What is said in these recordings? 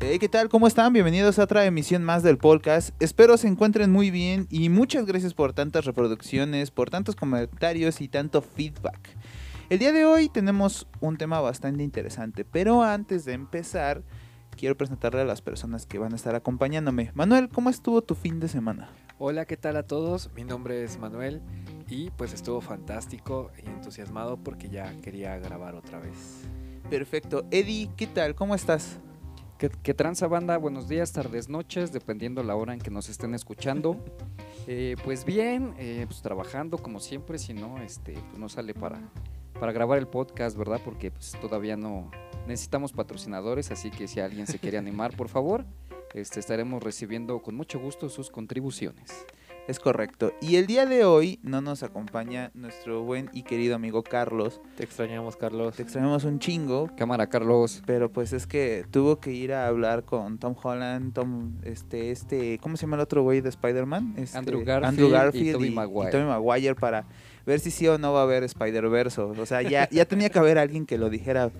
Hey, ¿qué tal? ¿Cómo están? Bienvenidos a otra emisión más del podcast. Espero se encuentren muy bien y muchas gracias por tantas reproducciones, por tantos comentarios y tanto feedback. El día de hoy tenemos un tema bastante interesante, pero antes de empezar, quiero presentarle a las personas que van a estar acompañándome. Manuel, ¿cómo estuvo tu fin de semana? Hola, ¿qué tal a todos? Mi nombre es Manuel y pues estuvo fantástico y entusiasmado porque ya quería grabar otra vez. Perfecto. Eddie, ¿qué tal? ¿Cómo estás? ¿Qué, qué tranza banda? Buenos días, tardes, noches, dependiendo la hora en que nos estén escuchando. Eh, pues bien, eh, pues trabajando como siempre, si no, este, pues no sale para, para grabar el podcast, ¿verdad? Porque pues, todavía no necesitamos patrocinadores, así que si alguien se quiere animar, por favor, este, estaremos recibiendo con mucho gusto sus contribuciones. Es correcto. Y el día de hoy no nos acompaña nuestro buen y querido amigo Carlos. Te extrañamos, Carlos. Te extrañamos un chingo, Cámara, Carlos. pero pues es que tuvo que ir a hablar con Tom Holland, Tom, este, este, ¿cómo se llama el otro güey de Spider-Man? Este, Andrew Garfield y Tobey Maguire. Tobey Maguire para ver si sí o no va a haber Spider-Verse. O sea, ya, ya tenía que haber alguien que lo dijera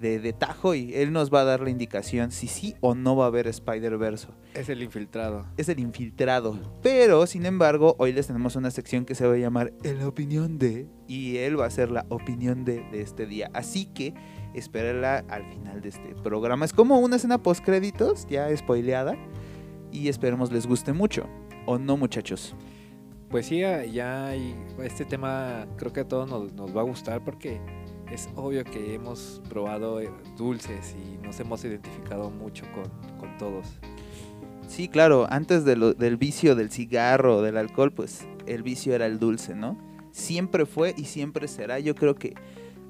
de, de tajo y él nos va a dar la indicación si sí o no va a haber Spider-Verse Es el infiltrado. es el infiltrado. Pero, sin embargo, hoy les tenemos una sección que se va a llamar En la opinión de. Y él va a ser la opinión de, de este día. Así que espérenla al final de este programa. Es como una escena post créditos, ya spoileada. Y esperemos les guste mucho. ¿O no, muchachos? Pues sí, ah, ya hay- este tema creo que a todos nos, nos va a gustar porque es obvio que hemos probado eh, dulces y nos hemos identificado mucho con, con todos. Sí, claro, antes de lo- del vicio del cigarro, del alcohol, pues el vicio era el dulce, ¿no? Siempre fue y siempre será. Yo creo que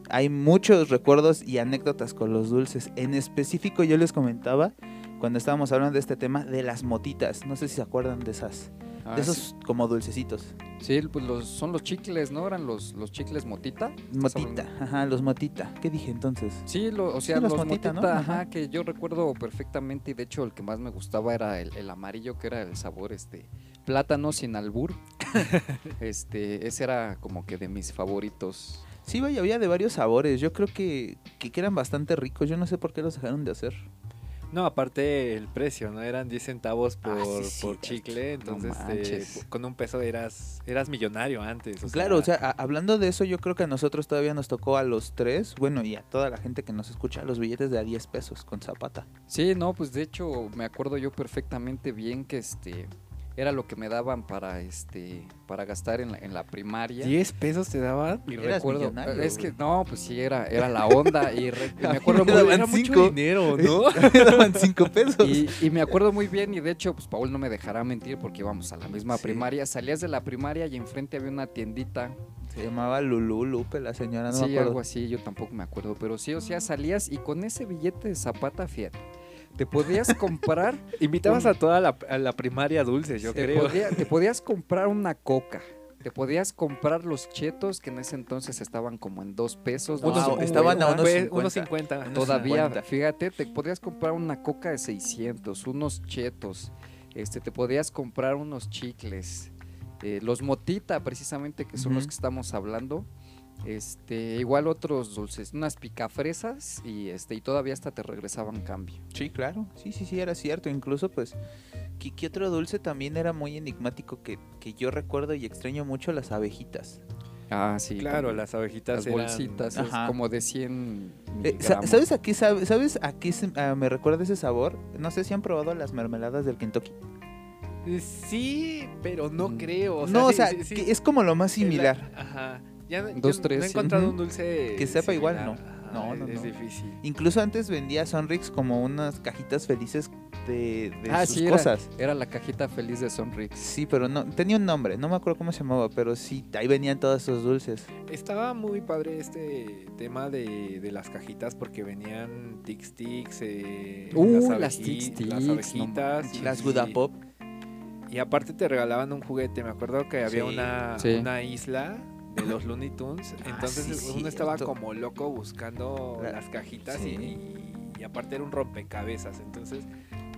hay muchos recuerdos y anécdotas con los dulces. En específico, yo les comentaba cuando estábamos hablando de este tema de las motitas. No sé si se acuerdan de esas. Ah, de esos como dulcecitos. Sí, pues los, son los chicles, ¿no? Eran los, los chicles motita. Motita, ajá, los motita. ¿Qué dije entonces? Sí, lo- o sea, Sí, los los, motita, motita, ¿no? ajá, Ajá. que yo recuerdo perfectamente y de hecho el que más me gustaba era el, el amarillo, que era el sabor este plátano sin albur. este, ese era como que de mis favoritos. Sí, vaya, había de varios sabores. Yo creo que, que eran bastante ricos. Yo no sé por qué los dejaron de hacer. No, aparte el precio, ¿no? Eran 10 centavos por, Ah, sí, sí, por cierto. chicle, No entonces eh, manches. con un peso eras, eras millonario antes. o Claro, o sea, a- hablando de eso, yo creo que a nosotros todavía nos tocó a los tres, bueno, y a toda la gente que nos escucha, los billetes de a 10 pesos con zapata. Sí, no, pues de hecho me acuerdo yo perfectamente bien que este era lo que me daban para este para gastar en la, en la primaria. 10 pesos te daban. Y Eras recuerdo, millonario, es que güey. no, pues sí era era la onda y re- y me acuerdo me muy daban era cinco. mucho dinero, ¿no? Me daban 5 pesos. Y, y me acuerdo muy bien, y de hecho, pues Paul no me dejará mentir porque íbamos a la misma Sí. primaria. Salías de la primaria y enfrente había una tiendita. Se llamaba Lulú Lupe, la señora, Ah, no me sí, acuerdo. algo así, yo tampoco me acuerdo. Pero sí, o sea, salías y con ese billete de zapata, fíjate, te podías comprar. Invitabas un- a toda la, a la primaria dulce, yo te, creo. podía- te podías comprar una coca. Te podías comprar los chetos que en ese entonces estaban como en dos pesos. Wow, dos cincuenta. estaban a un- unos pe- 50. unos 50. Unos Todavía, 50. fíjate, te podías comprar una coca de 600, unos chetos, este, te podías comprar unos chicles, eh, los motita precisamente, que son los Ujú. que estamos hablando, este, igual otros dulces, unas picafresas y, este, y todavía hasta te regresaban cambio. Sí, claro. Sí, sí, sí, era cierto. Incluso, pues, ¿qué, qué otro dulce también era muy enigmático que, que yo recuerdo y extraño mucho? Las abejitas. Ah, sí. Claro, las abejitas las eran- bolsitas, es Ajá. como de 100 Eh, sa- miligramos. ¿Sabes a qué, sabe- ¿sabes a qué se- a- me recuerda ese sabor? No sé si han probado las mermeladas del Kentucky. eh, Sí, pero no Mm. creo. O sea, no, sí, o sea, sí, sí. que es como lo más similar. Es la- Ajá. Ya, no- Dos, yo tres, No he sí. encontrado Ujú. un dulce. Que sepa igual, similar. no. Ajá, No, no, Es no. difícil. Incluso antes vendía Sonrix como unas cajitas felices de, de Ah, sus sí, cosas. Era la cajita feliz de Sonrix. Sí, pero no tenía un nombre, no me acuerdo cómo se llamaba, pero sí, ahí venían todos esos dulces. Estaba muy padre este tema de, de las cajitas porque venían Tic Tics, eh, Uh, las, las abeji- Tix las Tix, no abejitas. manches. Ah, Sí, Las Budapop Budapop. Y aparte te regalaban un juguete. Me acuerdo que había Sí. una, Sí. una isla de los Looney Tunes. Ah, Entonces sí, uno estaba cierto. como loco buscando La- las cajitas sí. y, y aparte era un rompecabezas. Entonces,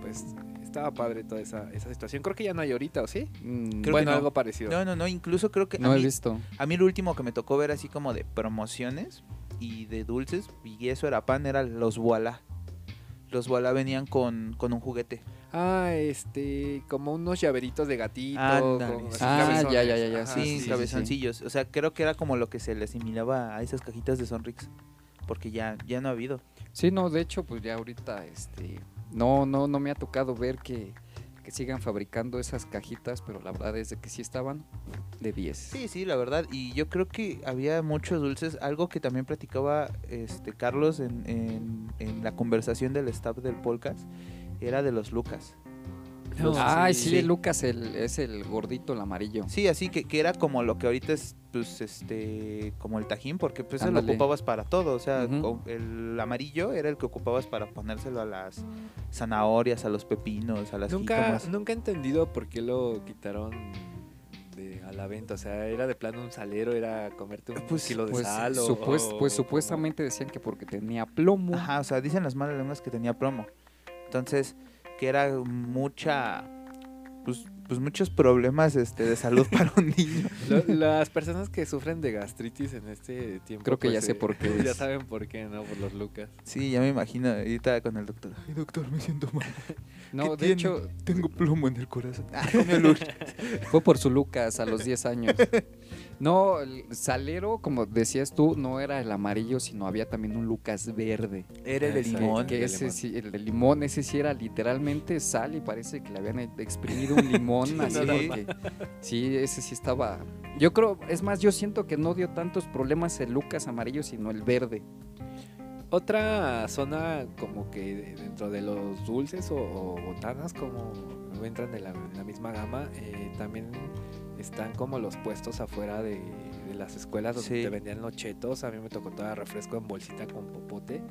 pues estaba padre toda esa, esa situación. Creo que ya no hay ahorita, ¿o sí? Mm, Creo que bueno, no. algo parecido. No, no, no, incluso creo que no a, he mí, visto. a mí lo último que me tocó ver así como de promociones y de dulces, y eso era pan, eran los Walla. Los Walla venían con, con un juguete. Ah, este, como unos llaveritos de gatito. Ándale, como sí. así, Ah, ya, cabezones. ya, ya, ya, Ajá, sí, sí, cabezoncillos. O sea, creo que era como lo que se le asimilaba a esas cajitas de Sonrix. Porque ya, ya no ha habido. Sí, no, de hecho, pues ya ahorita, este, no, no, no me ha tocado ver que, que sigan fabricando esas cajitas, pero la verdad es de que sí estaban de 10. Sí, sí, la verdad. Y yo creo que había muchos dulces. Algo que también platicaba este Carlos en, en- en la conversación del staff del podcast era de los Lucas. No, Ay, sí, sí, sí. Lucas el, es el gordito, el amarillo. Sí, así que, que era como lo que ahorita es, pues, este, como el tajín, porque pues eso lo Ándale. ocupabas para todo. O sea, Ujú. co- el amarillo era el que ocupabas para ponérselo a las zanahorias, a los pepinos, a las Nunca, jícamas. nunca he entendido por qué lo quitaron de, a la venta. O sea, era de plano un salero, era comerte un Pues- kilo de Pues, sal. o- supues- o- pues o- supuestamente decían que porque tenía plomo. Ajá, o sea, dicen las malas lenguas que tenía promo. Entonces, que era mucha. Pues, pues muchos problemas este, de salud para un niño. Lo- las personas que sufren de gastritis en este tiempo. Creo que pues, ya sé eh, por qué Ya es. saben por qué, ¿no? Por los Lucas. Sí, ya me imagino ahorita con el doctor. Ay, doctor, me siento mal. No, ¿Qué de tiene? hecho, Tengo plomo en el corazón. Ah, come Lush. Fue por su Lucas a los 10 años. No, el salero, como decías tú, no era el amarillo, sino había también un Lucas verde. Era el de Exacto. limón. Que de ese limón. sí, el de limón, ese sí era literalmente sal y parece que le habían e, exprimido un Sí, limón así nada porque sí, ese sí estaba. Yo creo, es más, yo siento que no dio tantos problemas el Lucas amarillo, sino el verde. Otra zona como que de- dentro de los dulces o, o botanas como no entran en la, en la misma gama, eh, también están como los puestos afuera de, de las escuelas donde Sí. te vendían los chetos. A mí me tocó toda refresco en bolsita con popote.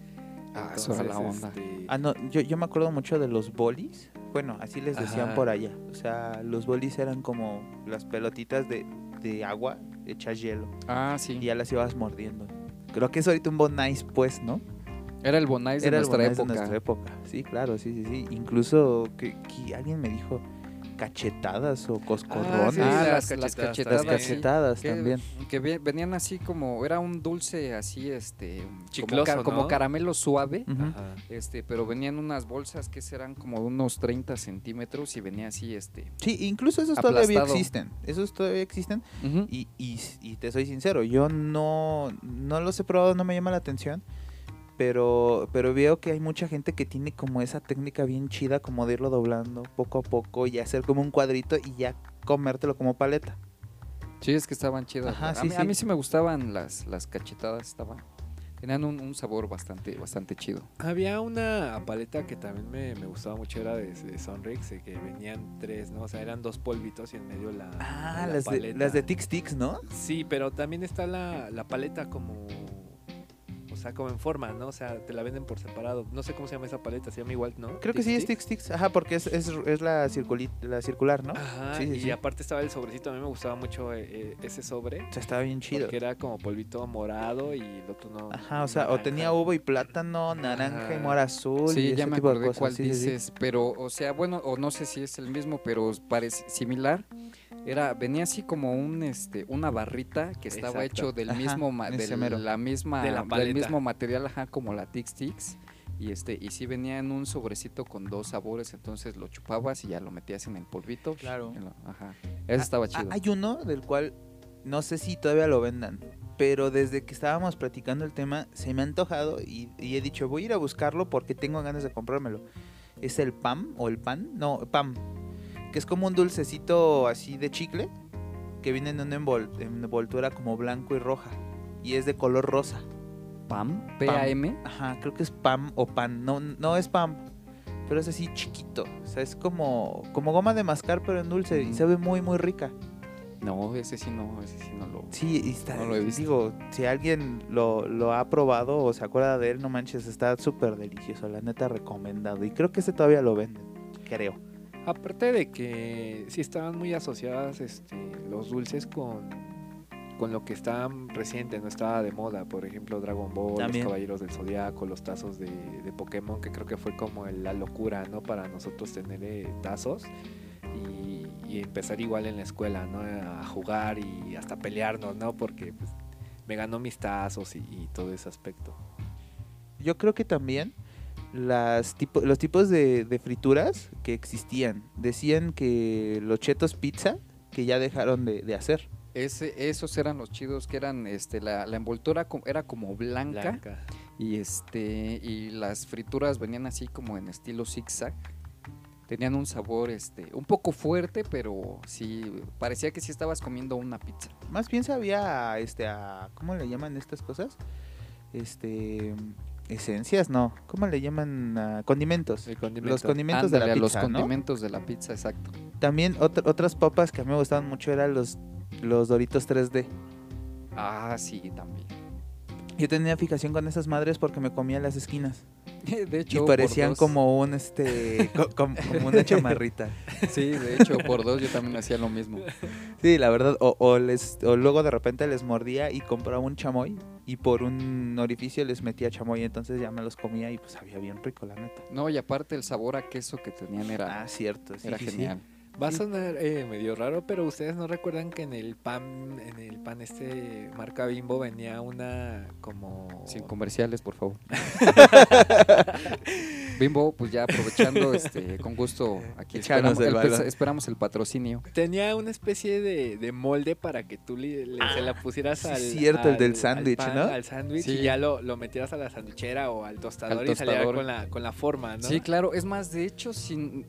Ah, eso era la Entonces, onda. este, Ah, no, yo, yo me acuerdo mucho de los bolis. Bueno, así les decían Ajá. por allá. O sea, los bolis eran como las pelotitas de, de agua hechas hielo. Ah, Y sí. ya las ibas mordiendo. Creo que es ahorita un bon nice, pues, ¿no? Era el Bonais Ah, de Era el nuestra Bonais de época. nuestra época. Sí, claro, sí, sí, sí. Incluso que, que alguien me dijo cachetadas o coscorrones. sí, Ah, las las, las cachetadas las cachetadas también. cachetadas. sí. que- también. que ve- venían así como era un dulce así este como Chicloso, ca- como, ¿no? caramelo suave Ujú. ajá. este pero venían unas bolsas que serán como de unos 30 centímetros y venía así este Sí, incluso esos todavía Aplastado. existen. Esos todavía existen. ujú. Y, y- y te soy sincero, yo no, no los he probado, no me llama la atención. Pero, pero veo que hay mucha gente que tiene como esa técnica bien chida, como de irlo doblando poco a poco y hacer como un cuadrito y ya comértelo como paleta. sí es que estaban chidas Ajá, a, sí, mí, a sí. mí sí me gustaban las las cachetadas estaban tenían un, un sabor bastante bastante chido Había una paleta que también me, me gustaba mucho, era de, de Sonrix, eh, que venían tres, ¿no? O sea, eran dos polvitos y en medio la, Ah, la las, de, paleta. las de Tic Tics, ¿no? Sí, pero también está la, la paleta como. O sea, como en forma, ¿no? O sea, te la venden por separado. No sé cómo se llama esa paleta, se llama igual, ¿no? Creo que sí es Tic Tics. Ajá, porque es, es, es la, circuli- la circular, Ah. ¿no? Ajá, Sí, sí, y sí. aparte estaba el sobrecito, a mí me gustaba mucho eh, eh, ese sobre. O sea, estaba bien chido. Porque era como polvito morado y el otro no. Ajá, o sea, o naranja. tenía uva y plátano, naranja y Ajá. mora azul. sí y ya ese me tipo de acordé cosas. cuál Sí, sí, sí. dices pero o sea bueno o no sé si es el mismo pero parece similar era venía así como un este una barrita que Exacto. estaba hecho del Ajá, mismo ma- ese del- mero. la misma De la del paleta. mismo material ajá como la Tix Tix y este y sí venía en un sobrecito con dos sabores entonces lo chupabas y ya lo metías en el polvito Claro. en lo- ajá eso estaba Ah, chido hay uno del cual no sé si todavía lo vendan, pero desde que estábamos platicando el tema se me ha antojado y, y he dicho voy a ir a buscarlo porque tengo ganas de comprármelo. Es el PAM o el PAN, no, PAM, que es como un dulcecito así de chicle que viene en una envol- envoltura como blanco y roja y es de color rosa. pam P A M Ajá, creo que es PAM o PAN, no, no es PAM. Pero es así chiquito, o sea, es como, como goma de mascar, pero en dulce, y Ujú. sabe muy, muy rica. no ese sí no ese sí no lo Sí, y está, No lo he visto. digo, si alguien lo, lo ha probado o se acuerda de él, no manches, está súper delicioso, la neta recomendado. Y creo que ese todavía lo venden, creo. Aparte de que sí estaban muy asociadas este, los dulces con, con lo que está reciente, no estaba de moda. Por ejemplo, Dragon Ball, También. los Caballeros del Zodiaco, los tazos de, de Pokémon, que creo que fue como el- la locura, ¿no? Para nosotros tener eh, tazos y, y empezar igual en la escuela, ¿no? A jugar y hasta pelearnos, ¿no? Porque pues, me ganó mis tazos y, y todo ese aspecto. Yo creo que también las tipo- los tipos de, de frituras que existían. Decían que los chetos pizza, que ya dejaron de, de hacer. Ese, esos eran los chidos que eran, este, la, la envoltura co- era como blanca, Blanca. y este, y las frituras venían así como en estilo zigzag. Tenían un sabor, este, un poco fuerte, pero sí, parecía que sí estabas comiendo una pizza. Más bien sabía a, este, a ¿cómo le llaman estas cosas? Este, esencias, no. ¿Cómo le llaman? a condimentos. El condimento. Los condimentos de la Ándale, a pizza, los ¿no? condimentos de la pizza, exacto. También ot- otras papas que a mí me gustaban mucho eran los, los Doritos 3D. Ah, sí, también. Yo tenía fijación con esas madres porque me comía las esquinas. De hecho, Y por parecían dos- como un este co- com- como una chamarrita. Sí, de hecho, por dos yo también hacía lo mismo. Sí, la verdad. O, o les, o luego de repente les mordía y compraba un chamoy y por un orificio les metía chamoy. Entonces ya me los comía y pues sabía bien rico, la neta. No, y aparte el sabor a queso que tenían era, Ah, cierto. sí, era sí, sí. genial. Va a sonar eh, medio raro, pero ustedes no recuerdan que en el pan, en el pan este marca Bimbo venía una como Sin comerciales, por favor. Bimbo, pues ya aprovechando, este, con gusto, aquí Échanos esperamos el, el balón. esperamos el patrocinio. tenía una especie de, de molde para que tú le, le- se la pusieras sí, al cierto, el al- del al sándwich, pan, ¿no? Al sándwich Sí. y ya lo, lo metieras a la sanduchera o al tostador, Al y saliera tostador. con la con la forma, ¿no? Sí, claro, es más, de hecho, sin,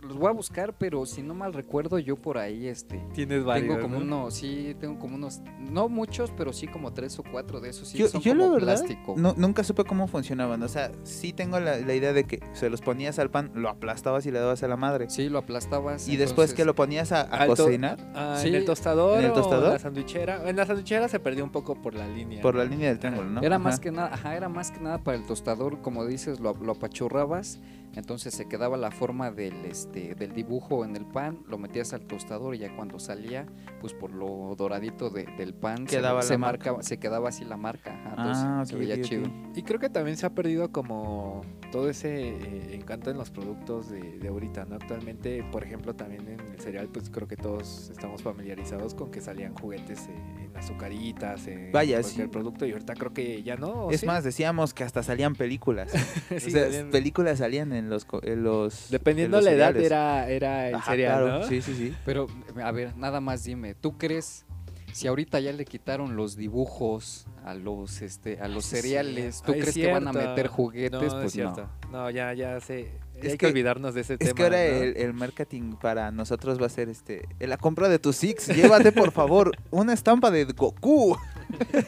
los voy a buscar, pero si no mal recuerdo, yo por ahí, este, Tienes varios. tengo como ¿no? unos, sí, tengo como unos, no muchos, pero sí como tres o cuatro de esos, sí, yo, son yo la como verdad plástico. no- nunca supe cómo funcionaban. O sea, sí tengo la, la idea de que se los ponías al pan, lo aplastabas y le dabas a la madre. Sí, lo aplastabas. y después entonces- que lo ponías a, a Alto- cocinar Ah, Sí. en el tostador, ¿En el o tostador? en la sanduchera. En la sanduchera se perdió un poco por la línea. por la ¿no? línea del triángulo, ¿no? Era más Ajá. que nada, ajá, era más que nada para el tostador, como dices, lo, lo apachurrabas, entonces se quedaba la forma del este del dibujo en el pan, lo metías al tostador y ya cuando salía, pues por lo doradito de- del pan se- Quedaba se, la marca. marca. se quedaba así la marca, ajá, entonces Ah, se ok, veía ok, ok. chido. Y creo que también se ha perdido como todo ese eh, encanto en los productos de, de ahorita, ¿no? Actualmente, por ejemplo, también en el cereal, pues creo que todos estamos familiarizados con que salían juguetes eh, en azucaritas, en Vaya, cualquier sí. producto, y ahorita creo que ya no. ¿o Es sí? más, decíamos que hasta salían películas. Sí, o sea, salían- películas salían en los... co- en los dependiendo en los la edad, cereales. era, era el Ajá, cereal, claro, ¿no? Sí, sí, sí. Pero a ver, nada más dime, ¿tú crees si ahorita ya le quitaron los dibujos a los este a los Ah, Sí, cereales, sí. ¿tú Ay, crees que van a cierto. meter juguetes? No, es pues no. cierto. No, ya, ya sé. Es hay que- que, olvidarnos de ese este tema. Es que ahora ¿no? el, el marketing para nosotros va a ser este eh, la compra de tus Six. Llévate, por favor, una estampa de Goku.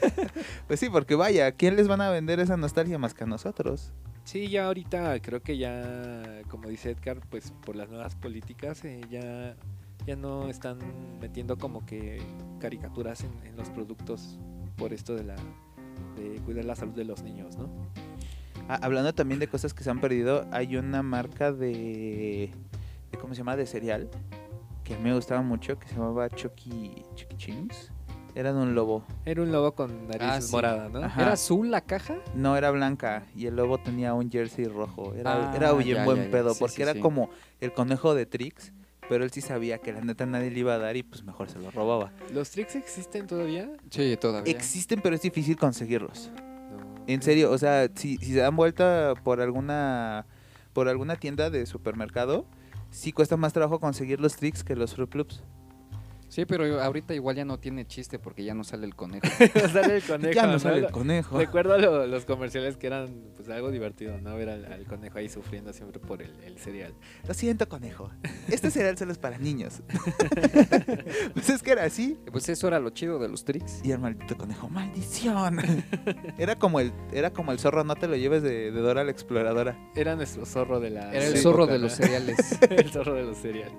pues sí, porque vaya, ¿a quién les van a vender esa nostalgia más que a nosotros? Sí, ya ahorita creo que ya, como dice Edgar, pues por las nuevas políticas eh, ya, ya no están metiendo como que caricaturas en, en los productos por esto de la de cuidar la salud de los niños, ¿no? Ah, hablando también de cosas que se han perdido, hay una marca de, de- ¿cómo se llama? de cereal que a mí me gustaba mucho que se llamaba Chucky Chucky Cheese. Era de un lobo. Era un lobo con nariz Ah, sí. morada, ¿no? Ajá. ¿Era azul la caja? No, era blanca y el lobo tenía un jersey rojo. Era, Ah, era bien ya, buen ya, ya. pedo Sí, porque sí, era sí. como el conejo de Trix, pero él sí sabía que la neta nadie le iba a dar y pues mejor se lo robaba. ¿Los tricks existen todavía? Sí, todavía. Existen, pero es difícil conseguirlos. No. En serio, o sea, si, si se dan vuelta por alguna por alguna tienda de supermercado, sí cuesta más trabajo conseguir los Trix que los Fruit Loops. Sí, pero ahorita igual ya no tiene chiste porque ya no sale el conejo. sale el conejo, ya ¿no? no sale el Lo- conejo. Recuerdo lo- los comerciales que eran pues algo divertido, ¿no? Ver al, al conejo ahí sufriendo siempre por el, el cereal. Lo siento, conejo. Este cereal solo es para niños. pues es que era así. Pues eso era lo chido de los tricks. Y el maldito conejo, maldición. era como el, era como el zorro, no te lo lleves de, de Dora la exploradora. Era nuestro zorro de la Era el Sí. zorro época, de ¿no? los cereales. el zorro de los cereales.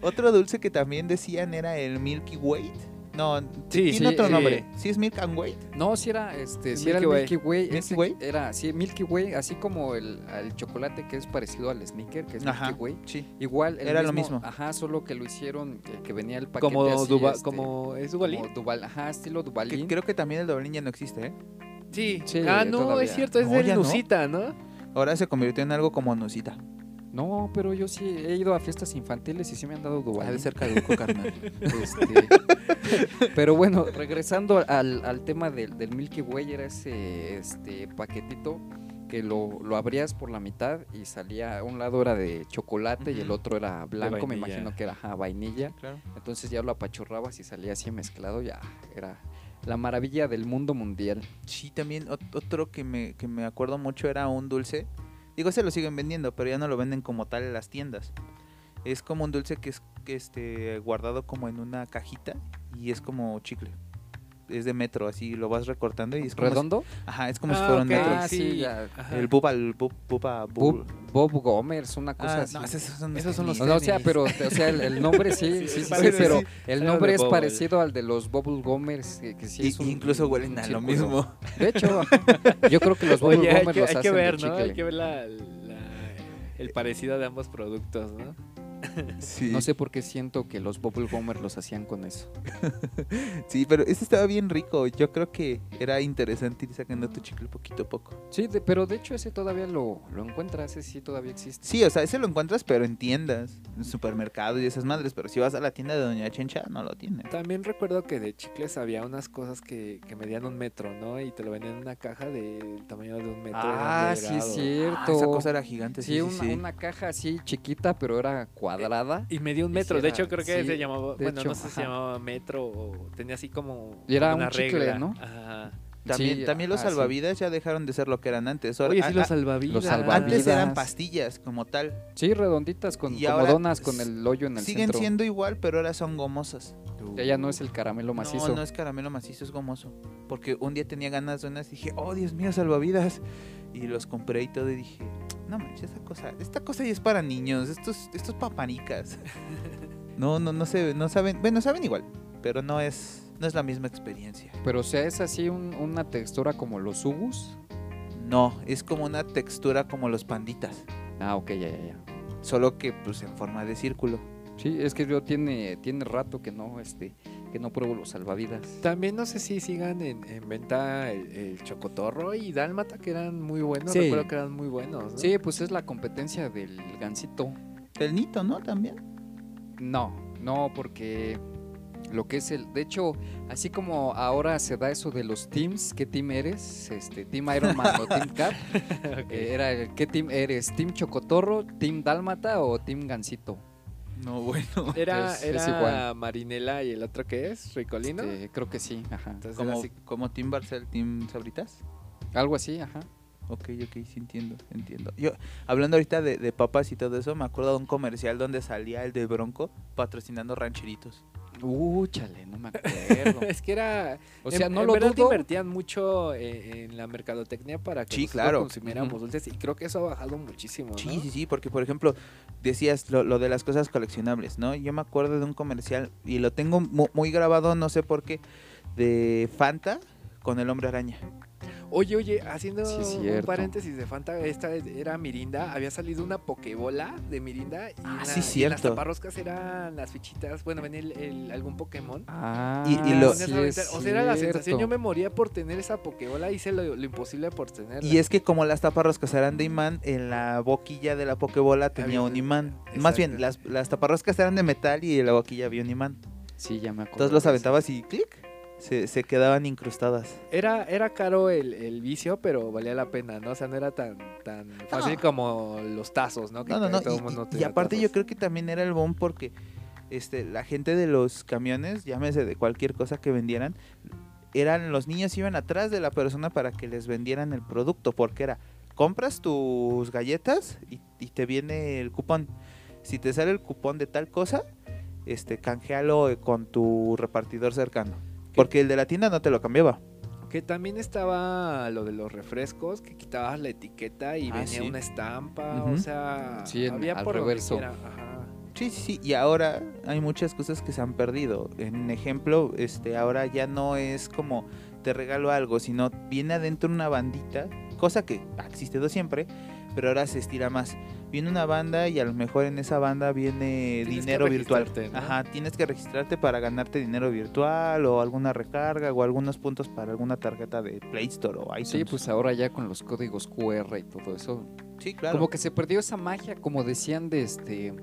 Otro dulce que también decían era el Milky Way. No, Sí, tiene sí, otro eh, nombre. Sí es Milk and Wait. No, si era este, si Milky era el Way. Milky Way. ¿Milky ese Way? Era, sí, Milky Way, así como el, al chocolate que es parecido al sneaker, que es Ajá. Milky Way. Sí. Igual el Era lo mismo. Ajá, solo que lo hicieron, que, que venía el paquete como así, Duba- este, como es como Duvalín. Duval, ajá, estilo Que Duvalín. creo que también el doblín ya no existe, ¿eh? Sí. Sí, Ah, no, todavía. es cierto, es No, de ya no. Lucita, ¿no? Ahora se convirtió en algo como Nusita. No, pero yo sí he ido a fiestas infantiles y sí me han dado Ha Ah, de Duvalín. ser caduco, carnal. Este, pero bueno, regresando al, al tema del, del Milky Way, era ese este, paquetito que lo, lo abrías por la mitad y salía, un lado era de chocolate y el Ujú. otro era blanco, me vainilla. imagino que era ajá, vainilla. Claro. Entonces ya lo apachurrabas y salía así mezclado, ya era la maravilla del mundo mundial. Sí, también ot- otro que me, que me acuerdo mucho era un dulce. Digo, se lo siguen vendiendo, pero ya no lo venden como tal en las tiendas. Es como un dulce que es que este, guardado como en una cajita y es como chicle. Es de metro, así lo vas recortando y es como, si, ¿Redondo? ajá, es como si Ah, fuera un ok, metro. Ah, sí, ya. ajá. El buba, el bub, buba, bu- Bob, Bob Gomers, una cosa Ah, así. no, esos son, Esos son los No, no, o sea, pero o sea, el, el nombre sí, sí, sí, sí, Parece, pero sí. el Era nombre de es Bubble. parecido al de los Bubble Gomers, que, que sí es Y- un- incluso huelen un a lo círculo. mismo. De hecho, yo creo que los Bubble Oye, hay Gomers que, los hay que hacen de ver, ¿no? chicle. Hay que ver la- la- el parecido de ambos productos, ¿no? Sí. No sé por qué siento que los Bubble Gomers los hacían con eso. Sí, pero este estaba bien rico. Yo creo que era interesante ir sacando tu chicle poquito a poco. Sí, de- pero de hecho ese todavía lo, lo encuentras, ese sí todavía existe. Sí, o sea, ese lo encuentras, pero en tiendas, en supermercados y esas madres. Pero si vas a la tienda de Doña Chencha, no lo tienen. También recuerdo que de chicles había unas cosas que, que medían un metro, ¿no? Y te lo vendían en una caja del tamaño de un metro. Ah, de sí, grado. es cierto. Ah, esa cosa era gigante, sí, sí, sí, una, sí. Eh, una caja así chiquita, pero era cuadrada. Y medía un Y metro. sí de era- hecho, creo que sí, se llamaba. de Bueno, hecho, no sé si se ajá. llamaba metro o tenía así como. Y era una un chicle, regla. ¿no? Ajá. También, Sí, también los ajá, sí. salvavidas ya dejaron de ser lo que eran antes. Ahora- Oye, a- sí, los a- salvavidas. Ah, los antes salvavidas. eran pastillas como tal. Sí, redonditas, con, Y como ahora donas con el hoyo en el Siguen centro. siendo igual, pero ahora son gomosas. Ya, ya no es el caramelo macizo. No, no es caramelo macizo, es gomoso. Porque un día tenía ganas de unas y dije, oh Dios mío, salvavidas. Y los compré y todo y dije, no manches, esta cosa, esta cosa ya es para niños, estos, estos paparicas. no, no, no se, no saben, bueno, saben igual, pero no es, no es la misma experiencia. Pero o sea, es así un- una textura como los ubus. No, es como una textura como los panditas, Ah, ok, ya, ya, ya. solo que pues en forma de círculo. Sí, es que yo tiene, tiene rato que no, este, que no pruebo los salvavidas. También no sé si sigan en, en venta el, el chocotorro y dálmata, que eran muy buenos. Sí. Recuerdo que eran muy buenos. ¿no? Sí, pues es la competencia del gancito. El nito, ¿no? También. No, no, porque lo que es el, de hecho, así como ahora se da eso de los teams, ¿qué team eres? Este, Team Iron Man o Team Cap, Ok. eh, era el, ¿qué team eres? ¿Team Chocotorro, Team Dálmata o Team Gancito? No, bueno. Era, Es- es era igual. Marinela y el otro que es, Ricolino. Este, creo que sí, ajá. Entonces era Como, así- como Team Barcel, Team Sabritas. Algo así, ajá. Ok, ok, sí entiendo, entiendo. Yo, hablando ahorita de, de papas y todo eso, me acuerdo de un comercial donde salía el de Bronco patrocinando rancheritos. Uh, chale, no me acuerdo. es que era. O sea, en- no en lo verdad dudo. invertían mucho eh, en la mercadotecnia para que Sí, nosotros claro. consumiéramos Ujú. dulces. Y creo que eso ha bajado muchísimo. ¿no? Sí, sí, sí, porque por ejemplo, decías lo, lo de las cosas coleccionables, ¿no? Yo me acuerdo de un comercial y lo tengo mu- muy grabado, no sé por qué, de Fanta con el hombre araña. Oye, oye, haciendo Sí, es un cierto. paréntesis de Fanta, esta es- era Mirinda, había salido una pokebola de Mirinda y, Ah, en sí, y en las cierto. taparroscas eran las fichitas, bueno, venía el- el- algún Pokémon. Ah, Y- y Te lo- ponías a aventar, o sea, era la sensación, cierto. yo me moría por tener esa pokebola, hice lo, lo imposible por tenerla. Y es que como las taparroscas eran de imán, en la boquilla de la pokebola tenía Había- un imán. Más bien, las, exacto. las taparroscas eran de metal y en la boquilla había un imán. Sí, ya me acuerdo. Entonces los aventabas y clic, se, se quedaban incrustadas. Era, era caro el, el vicio, pero valía la pena, ¿no? O sea, no era tan, tan fácil como los tazos, ¿no? Que No, no, no. todo y- el mundo Y, y tenía aparte yo tazos. creo que también era el boom porque este, la gente de los camiones, llámese de cualquier cosa que vendieran, eran los niños iban atrás de la persona para que les vendieran el producto, porque era, compras tus galletas y, y te viene el cupón. Si te sale el cupón de tal cosa, este, canjealo eh, con tu repartidor cercano. Porque el de la tienda no te lo cambiaba. Que también estaba lo de los refrescos, que quitabas la etiqueta y Ah, venía sí. una estampa, o Ujú. sea, Sí, en- había al por donde reverso. quiera, ajá. Sí, sí, sí. Y ahora hay muchas cosas que se han perdido. En ejemplo, este, ahora ya no es como te regalo algo, sino viene adentro una bandita, cosa que ha existido siempre, pero ahora se estira más. Viene una banda y a lo mejor en esa banda viene Tienes que dinero virtual. registrarte, ¿no? Ajá, tienes que registrarte para ganarte dinero virtual o alguna recarga o algunos puntos para alguna tarjeta de Play Store o iTunes. Sí, pues ahora ya con los códigos QR y todo eso. sí, claro. Como que se perdió esa magia, como decían, de este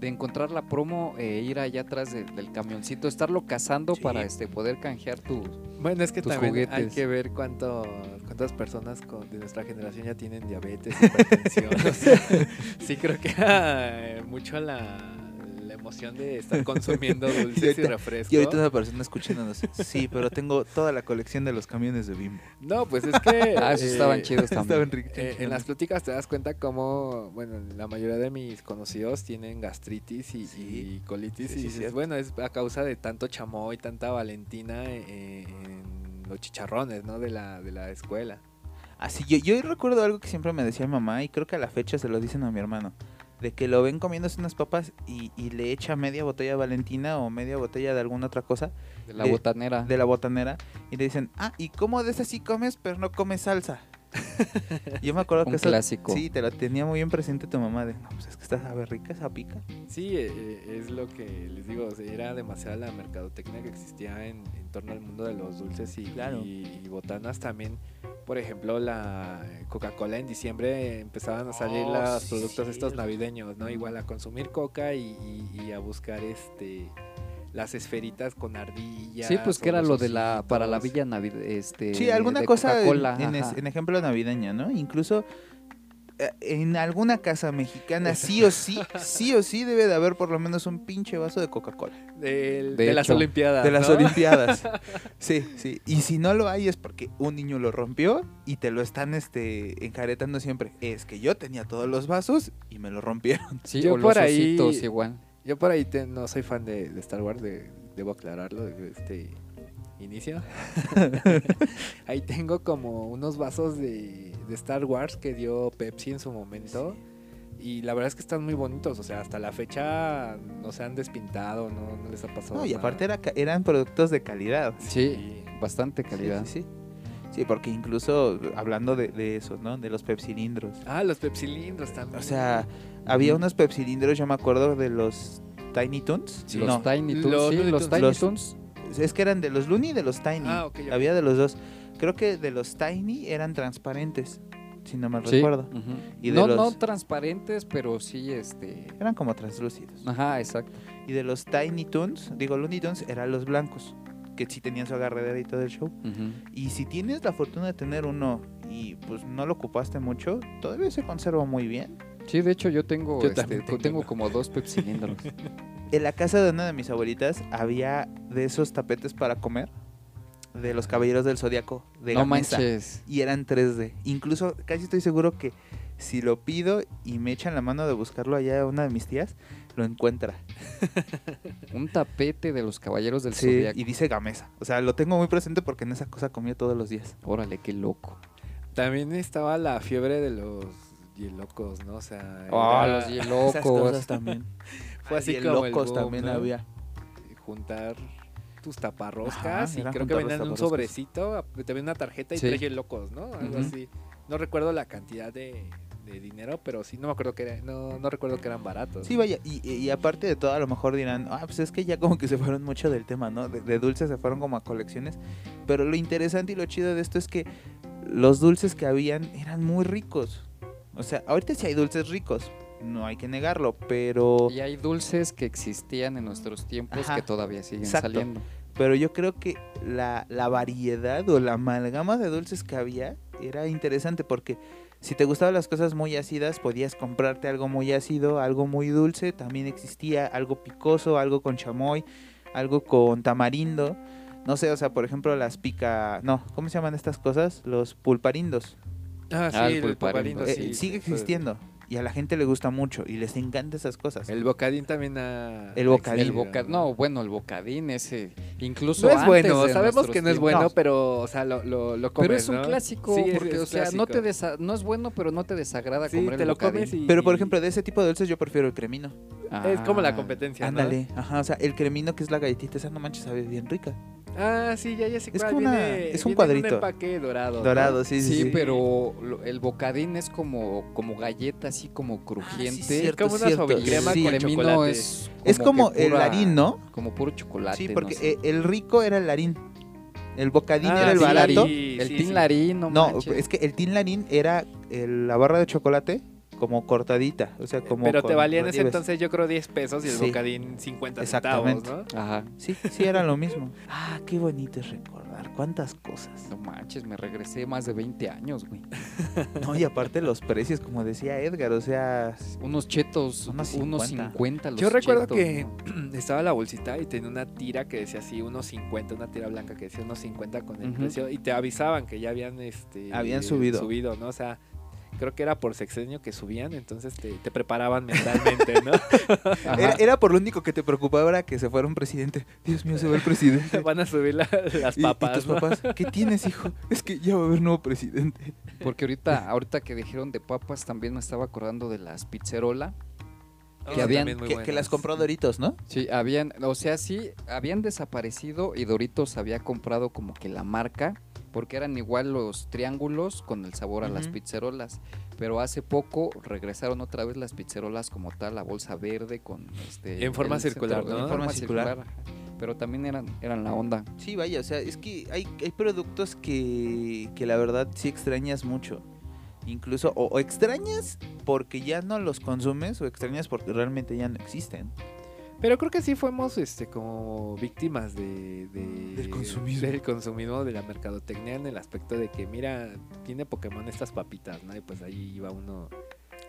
de encontrar la promo e ir allá atrás de- del camioncito, estarlo cazando Sí. para este poder canjear tu... Bueno, es que Tus también hay juguetes. que ver cuánto, cuántas personas con- de nuestra generación ya tienen diabetes, hipertensión. o sea, sí creo que ah, mucho a la, la emoción de estar consumiendo dulces y, ahorita- refrescos. Y ahorita esa persona escuchándonos. Sí, pero tengo toda la colección de los camiones de Bimbo. No, pues es que... Ah, esos estaban eh, chidos también. Estaban ri- eh, en las pláticas te das cuenta cómo, bueno, la mayoría de mis conocidos tienen gastritis y, Sí. y colitis. Sí, y sí, dices, cierto. bueno, es a causa de tanto chamoy, tanta valentina eh, en los chicharrones, ¿no? De la, de la escuela. Así, yo, yo recuerdo algo que siempre me decía mi mamá y creo que a la fecha se lo dicen a mi hermano. De que lo ven comiéndose unas papas y, y le echa media botella de Valentina o media botella de alguna otra cosa De la de- botanera. de la botanera y le dicen, ah, ¿y cómo de esa sí comes pero no comes salsa? yo me acuerdo Un que eso- clásico. Sí, te la tenía muy bien presente tu mamá de, no, pues es que estás a ver rica esa pica. Sí, eh, eh, es lo que les digo, o sea, era demasiada la mercadotecnia que existía en, en torno al mundo de los dulces y, Claro. y- y botanas también. Por ejemplo, la Coca-Cola en diciembre empezaban a salir Oh, los sí, productos estos cierto. navideños, ¿no? Igual a consumir coca y, y- y a buscar este las esferitas con ardillas. Sí, pues o que era los lo de la para la ositos. villa Navidad, este Sí, alguna de cosa en, Coca-Cola, en es- ajá. en ejemplo navideña, ¿no? Incluso eh, en alguna casa mexicana sí o sí, sí o sí debe de haber por lo menos un pinche vaso de Coca-Cola. Del- De de, las hecho. Olimpiadas. De las ¿no? Olimpiadas. Sí, sí. Y si no lo hay es porque un niño lo rompió y te lo están este, encaretando siempre. Es que yo tenía todos los vasos y me lo rompieron. Sí, Yo o los por ahí- ositos igual. Yo por ahí te- no soy fan de, de Star Wars, de- debo aclararlo desde este inicio. ahí tengo como unos vasos de, de Star Wars que dio Pepsi en su momento. Y la verdad es que están muy bonitos, o sea, hasta la fecha no se han despintado, no, no les ha pasado. Oh, No, y nada. aparte era ca- eran productos de calidad. Sí, bastante Sí, calidad. Sí, sí. Sí, porque incluso hablando de, de eso, ¿no? De los pepsilindros. Ah, los pepsilindros también. O sea, había Ujú. unos pepsilindros, yo me acuerdo de los Tiny Toons. Sí. Los No, Tiny Toons, Los sí, Looney los Tunes. Tiny Los- Toons. es que eran de los Looney y de los Tiny. Ah, ok, ok. Había de los dos. Creo que de los Tiny eran transparentes, si no mal Sí. recuerdo. ujú. Y de no, los- no transparentes, pero sí este Eran como translúcidos. Ajá, exacto. Y de los Tiny Toons, digo Looney Tunes, eran los blancos, que sí tenían su agarredera y todo el show. ujú. Y si tienes la fortuna de tener uno y pues no lo ocupaste mucho, todavía se conserva muy bien. Sí, de hecho yo tengo Yo este, también co- tengo tengo uno. como dos pepsilindros. En la casa de una de mis abuelitas había de esos tapetes para comer de los caballeros del zodiaco de no Gamesa. manches. y eran 3D. Incluso casi estoy seguro que si lo pido y me echan la mano de buscarlo allá una de mis tías, lo encuentra. Un tapete de los caballeros del Sí, Zodiaco. y dice Gamesa. O sea, lo tengo muy presente porque en esa cosa comía todos los días. Órale, qué loco. También estaba la fiebre de los hielocos, ¿no? O sea, Ah, era los hielocos. también. Fue Pues así y como el locos boom, también ¿no? había. juntar tus Ajá, taparroscas y eran creo que juntar los venían en un taparroscas. sobrecito, ap- te venía una tarjeta y Sí. tres locos, ¿no? Algo Ujú. así. No recuerdo la cantidad de, de dinero, pero sí no me acuerdo que era- no, no recuerdo que eran baratos. Sí, vaya, y, y- y aparte de todo, a lo mejor dirán, ah, pues es que ya como que se fueron mucho del tema, ¿no? De, de dulces se fueron como a colecciones. Pero lo interesante y lo chido de esto es que los dulces que habían eran muy ricos. O sea, ahorita sí hay dulces ricos, no hay que negarlo, pero, Y hay dulces que existían en nuestros tiempos Ajá, que todavía siguen exacto. saliendo. pero yo creo que la, la variedad o la amalgama de dulces que había era interesante porque si te gustaban las cosas muy ácidas, podías comprarte algo muy ácido, algo muy dulce, también existía algo picoso, algo con chamoy, algo con tamarindo. No sé, o sea, por ejemplo, las pica... No, ¿cómo se llaman estas cosas? Los pulparindos. Ah, sí, Ah, el el pulparindo, pulparindo, Eh, sí, pues, sigue sí, fue- existiendo y a la gente le gusta mucho y les encantan esas cosas. El bocadín también ha... El ha bocadín. El existido, boca... No, bueno, el bocadín ese. Incluso No es antes bueno, de sabemos nuestros que no es tiempos. bueno, No. pero, o sea, lo, lo, lo comes, Pero es un ¿no? clásico, Sí, es- porque, es o sea, no te clásico. desa- no es bueno, pero no te desagrada Sí, comer te el lo bocadín. comes y... Pero, por ejemplo, de ese tipo de dulces yo prefiero el cremino. Es como la Ah, competencia, ¿no? Ándale, ajá, o sea, el cremino que es la galletita, esa no manches, sabe bien rica. Ah, sí, ya, ya sé Es cuál, como una- viene- es un viene en cuadrito. empaque dorado. ¿no? Dorado, sí, sí. Sí, sí. pero lo- el bocadín es como, como galleta, así como crujiente. cierto, como una cierto. sobrecrema y Sí, el con cremino chocolate. es Es como que el pura- harín, ¿no? Como puro chocolate. Sí, no porque sé. eh, el rico era el larín. El bocadín Ah, era el sí, barato. sí, el sí, tin sí. larín, no, No, pues, manches. es que el tin larín era el- la barra de chocolate como cortadita. O sea, como Pero te con valía en ese relieves. entonces yo creo 10 pesos y el Sí. bocadín 50 centavos, Exactamente. ¿no? Ajá. Sí, sí, era lo mismo. Ah, qué bonito es recordar. Cuántas cosas. No manches, me regresé más de 20 años, güey. No, y aparte los precios, como decía Edgar, o sea, Unos chetos, Unos unos 50. 50, los Yo recuerdo chetos, que ¿no? Mm, estaba la bolsita y tenía una tira que decía así unos 50, una tira blanca que decía unos 50 con el Ujú. precio y te avisaban que ya habían este Habían subido. ¿no? O sea, creo que era por sexenio que subían, entonces te, te preparaban mentalmente, ¿no? Ajá. Era, era por lo único que te preocupaba era que se fuera un presidente. Dios mío, se va el presidente. Van a subir la- las Y- y papas, tus ¿no? papás, ¿qué tienes, hijo? Es que ya va a haber nuevo presidente. Porque ahorita, ahorita que dijeron de papas, también me estaba acordando de las pizzerola. Esas que habían- también muy Que, que buenas. las compró Doritos, ¿no? Sí, habían, o sea, sí, habían desaparecido y Doritos había comprado como que la marca, porque eran igual los triángulos con el sabor a las Ujú. pizzerolas. Pero hace poco regresaron otra vez las pizzerolas como tal, la bolsa verde con este. En forma el circular, centro- ¿no? En forma circular. ajá. Pero también eran, eran la onda. Sí, vaya, o sea, es que hay, hay productos que, que la verdad sí extrañas mucho. Incluso, o, o extrañas porque ya no los consumes, o extrañas porque realmente ya no existen. Pero creo que sí fuimos este como víctimas de, de- Del consumismo. del consumismo de la mercadotecnia en el aspecto de que mira, tiene Pokémon estas papitas, ¿no? Y pues ahí iba uno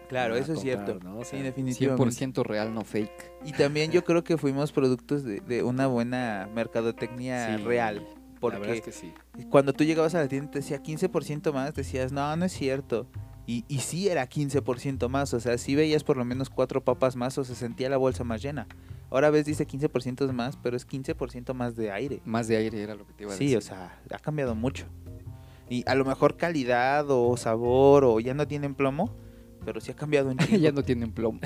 Claro, a eso es comprar, cierto. ¿no? O Sí, sea, 100% real, no fake. Y también yo creo que fuimos productos de, de una buena mercadotecnia Sí, real. la Porque verdad es que sí. cuando tú llegabas a la tienda y te decía 15% más, decías, no, no es cierto. Y, y sí era 15% más, o sea, sí veías por lo menos cuatro papas más o se sentía la bolsa más llena. Ahora ves, dice 15% más, pero es 15% más de aire. Más de aire era lo que te iba a Sí, decir. o sea, ha cambiado mucho. Y a lo mejor calidad o sabor o ya no tienen plomo, pero sí ha cambiado un chingo. ya no tienen plomo.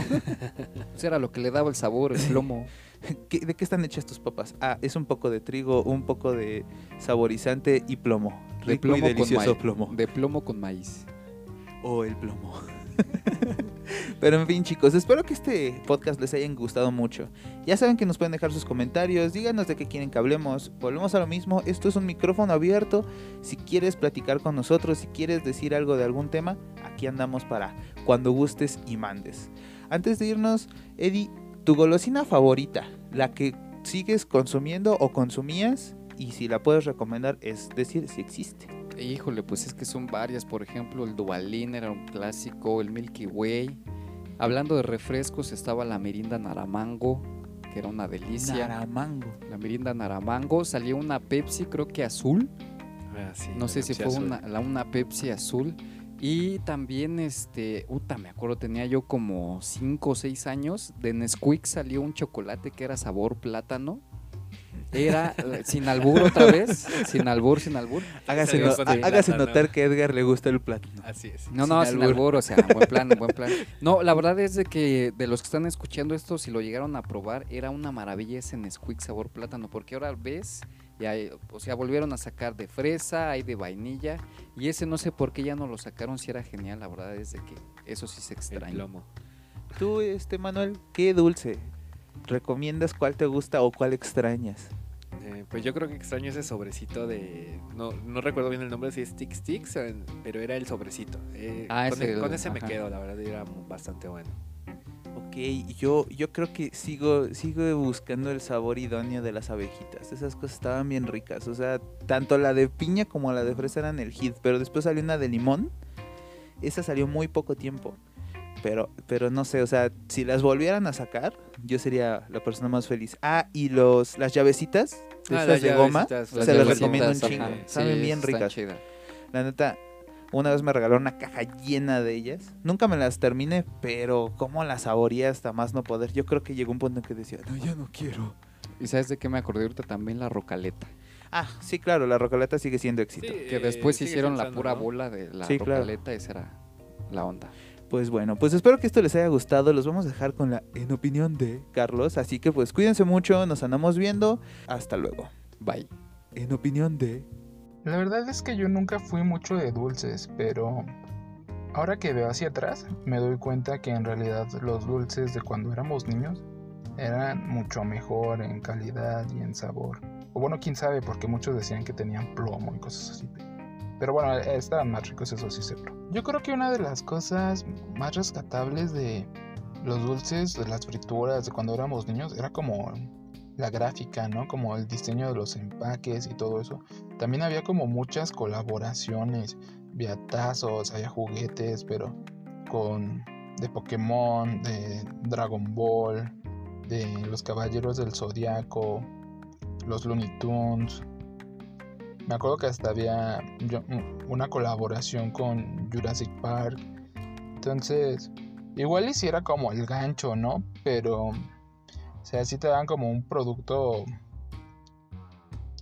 Eso era lo que le daba el sabor, el plomo. ¿Qué- ¿De qué están hechas tus papas? Ah, es un poco de trigo, un poco de saborizante y plomo. De Rico y plomo con delicioso maíz. plomo. De plomo con maíz. O el plomo. Pero en fin, chicos, espero que este podcast les hayan gustado mucho. Ya saben que nos pueden dejar sus comentarios, díganos de qué quieren que hablemos. Volvemos a lo mismo, esto es un micrófono abierto. Si quieres platicar con nosotros, si quieres decir algo de algún tema, aquí andamos para cuando gustes y mandes. Antes de irnos, Eddie, tu golosina favorita, la que sigues consumiendo o consumías, y si la puedes recomendar, es decir, si existe. Híjole, pues es que son varias. Por ejemplo, el Dubalín era un clásico, el Milky Way. Hablando de refrescos, estaba la Mirinda Naramango, que era una delicia. Naramango. La Mirinda Naramango. Salió una Pepsi, creo que azul. Ah, sí, No la sé si Pepsi fue azul. una, la- una Pepsi azul. Y también, este, uta, me acuerdo, tenía yo como 5 o 6 años. De Nesquik salió un chocolate que era sabor plátano. Era eh, sin albur otra vez. Sin albur, sin albur. Hágase, Salió no- con ah, el hágase plátano. notar que a Edgar le gusta el plátano. Así es. No, Sin no, sin albur. albur. o sea, buen plan, buen plan. No, la verdad es de que de los que están escuchando esto, si lo llegaron a probar, era una maravilla ese Nesquik sabor plátano, porque ahora ves, y hay- o sea, volvieron a sacar de fresa, hay de vainilla, y ese no sé por qué ya no lo sacaron, si era genial, la verdad es de que eso sí se El extraña. plomo. Tú, este Manuel, ¿qué dulce? ¿Recomiendas cuál te gusta o cuál extrañas? Eh, pues yo creo que extraño ese sobrecito de. No, no recuerdo bien el nombre, si es Tic Sticks, eh, pero era el sobrecito. Eh, Ah, con, ese, el- con ese me ajá. quedo, la verdad, era bastante bueno. Ok, yo, yo creo que sigo, sigo buscando el sabor idóneo de las abejitas. Esas cosas estaban bien ricas. O sea, tanto la de piña como la de fresa eran el hit. Pero después salió una de limón. Esa salió muy poco tiempo. Pero, pero no sé, o sea, si las volvieran a sacar, yo sería la persona más feliz. Ah, y los, las llavecitas, de Ah, esas las de goma, llavecitas, se las las llavecitas, recomiendo un ajá. chingo. Sí, Saben bien están ricas. chidas. La neta, una vez me regalaron una caja llena de ellas. Nunca me las terminé, pero como las saboreé hasta más no poder. Yo creo que llegó un punto en que decía, no, ya no quiero. ¿Y sabes de qué me acordé ahorita también? La rocaleta. Ah, sí, claro, la rocoleta sigue siendo éxito. Que después eh, sigue hicieron la pensando, pura ¿no? bola de la Sí, claro. rocaleta, esa era la onda. Pues bueno, pues espero que esto les haya gustado. Los vamos a dejar con la en opinión de Carlos. Así que pues cuídense mucho, nos andamos viendo. Hasta luego. Bye. En opinión de... La verdad es que yo nunca fui mucho de dulces, pero ahora que veo hacia atrás me doy cuenta que en realidad los dulces de cuando éramos niños eran mucho mejor en calidad y en sabor. O bueno, quién sabe, porque muchos decían que tenían plomo y cosas así. Pero bueno, estaban más ricos, eso sí, seguro. Yo creo que una de las cosas más rescatables de los dulces, de las frituras, de cuando éramos niños, era como la gráfica, ¿no? Como el diseño de los empaques y todo eso. También había como muchas colaboraciones, había tazos, había juguetes, pero con de Pokémon, de Dragon Ball, de los Caballeros del Zodiaco, los Looney Tunes. Me acuerdo que hasta había yo- mm, una colaboración con Jurassic Park. Entonces, igual hiciera como el gancho, ¿no? Pero o sea, sí te dan como un producto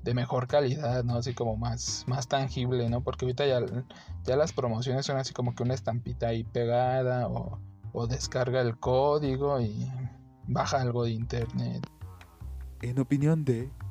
de mejor calidad, ¿no? Así como más, más tangible, ¿no? Porque ahorita ya, ya las promociones son así como que una estampita ahí pegada o, o descarga el código y baja algo de internet. En opinión de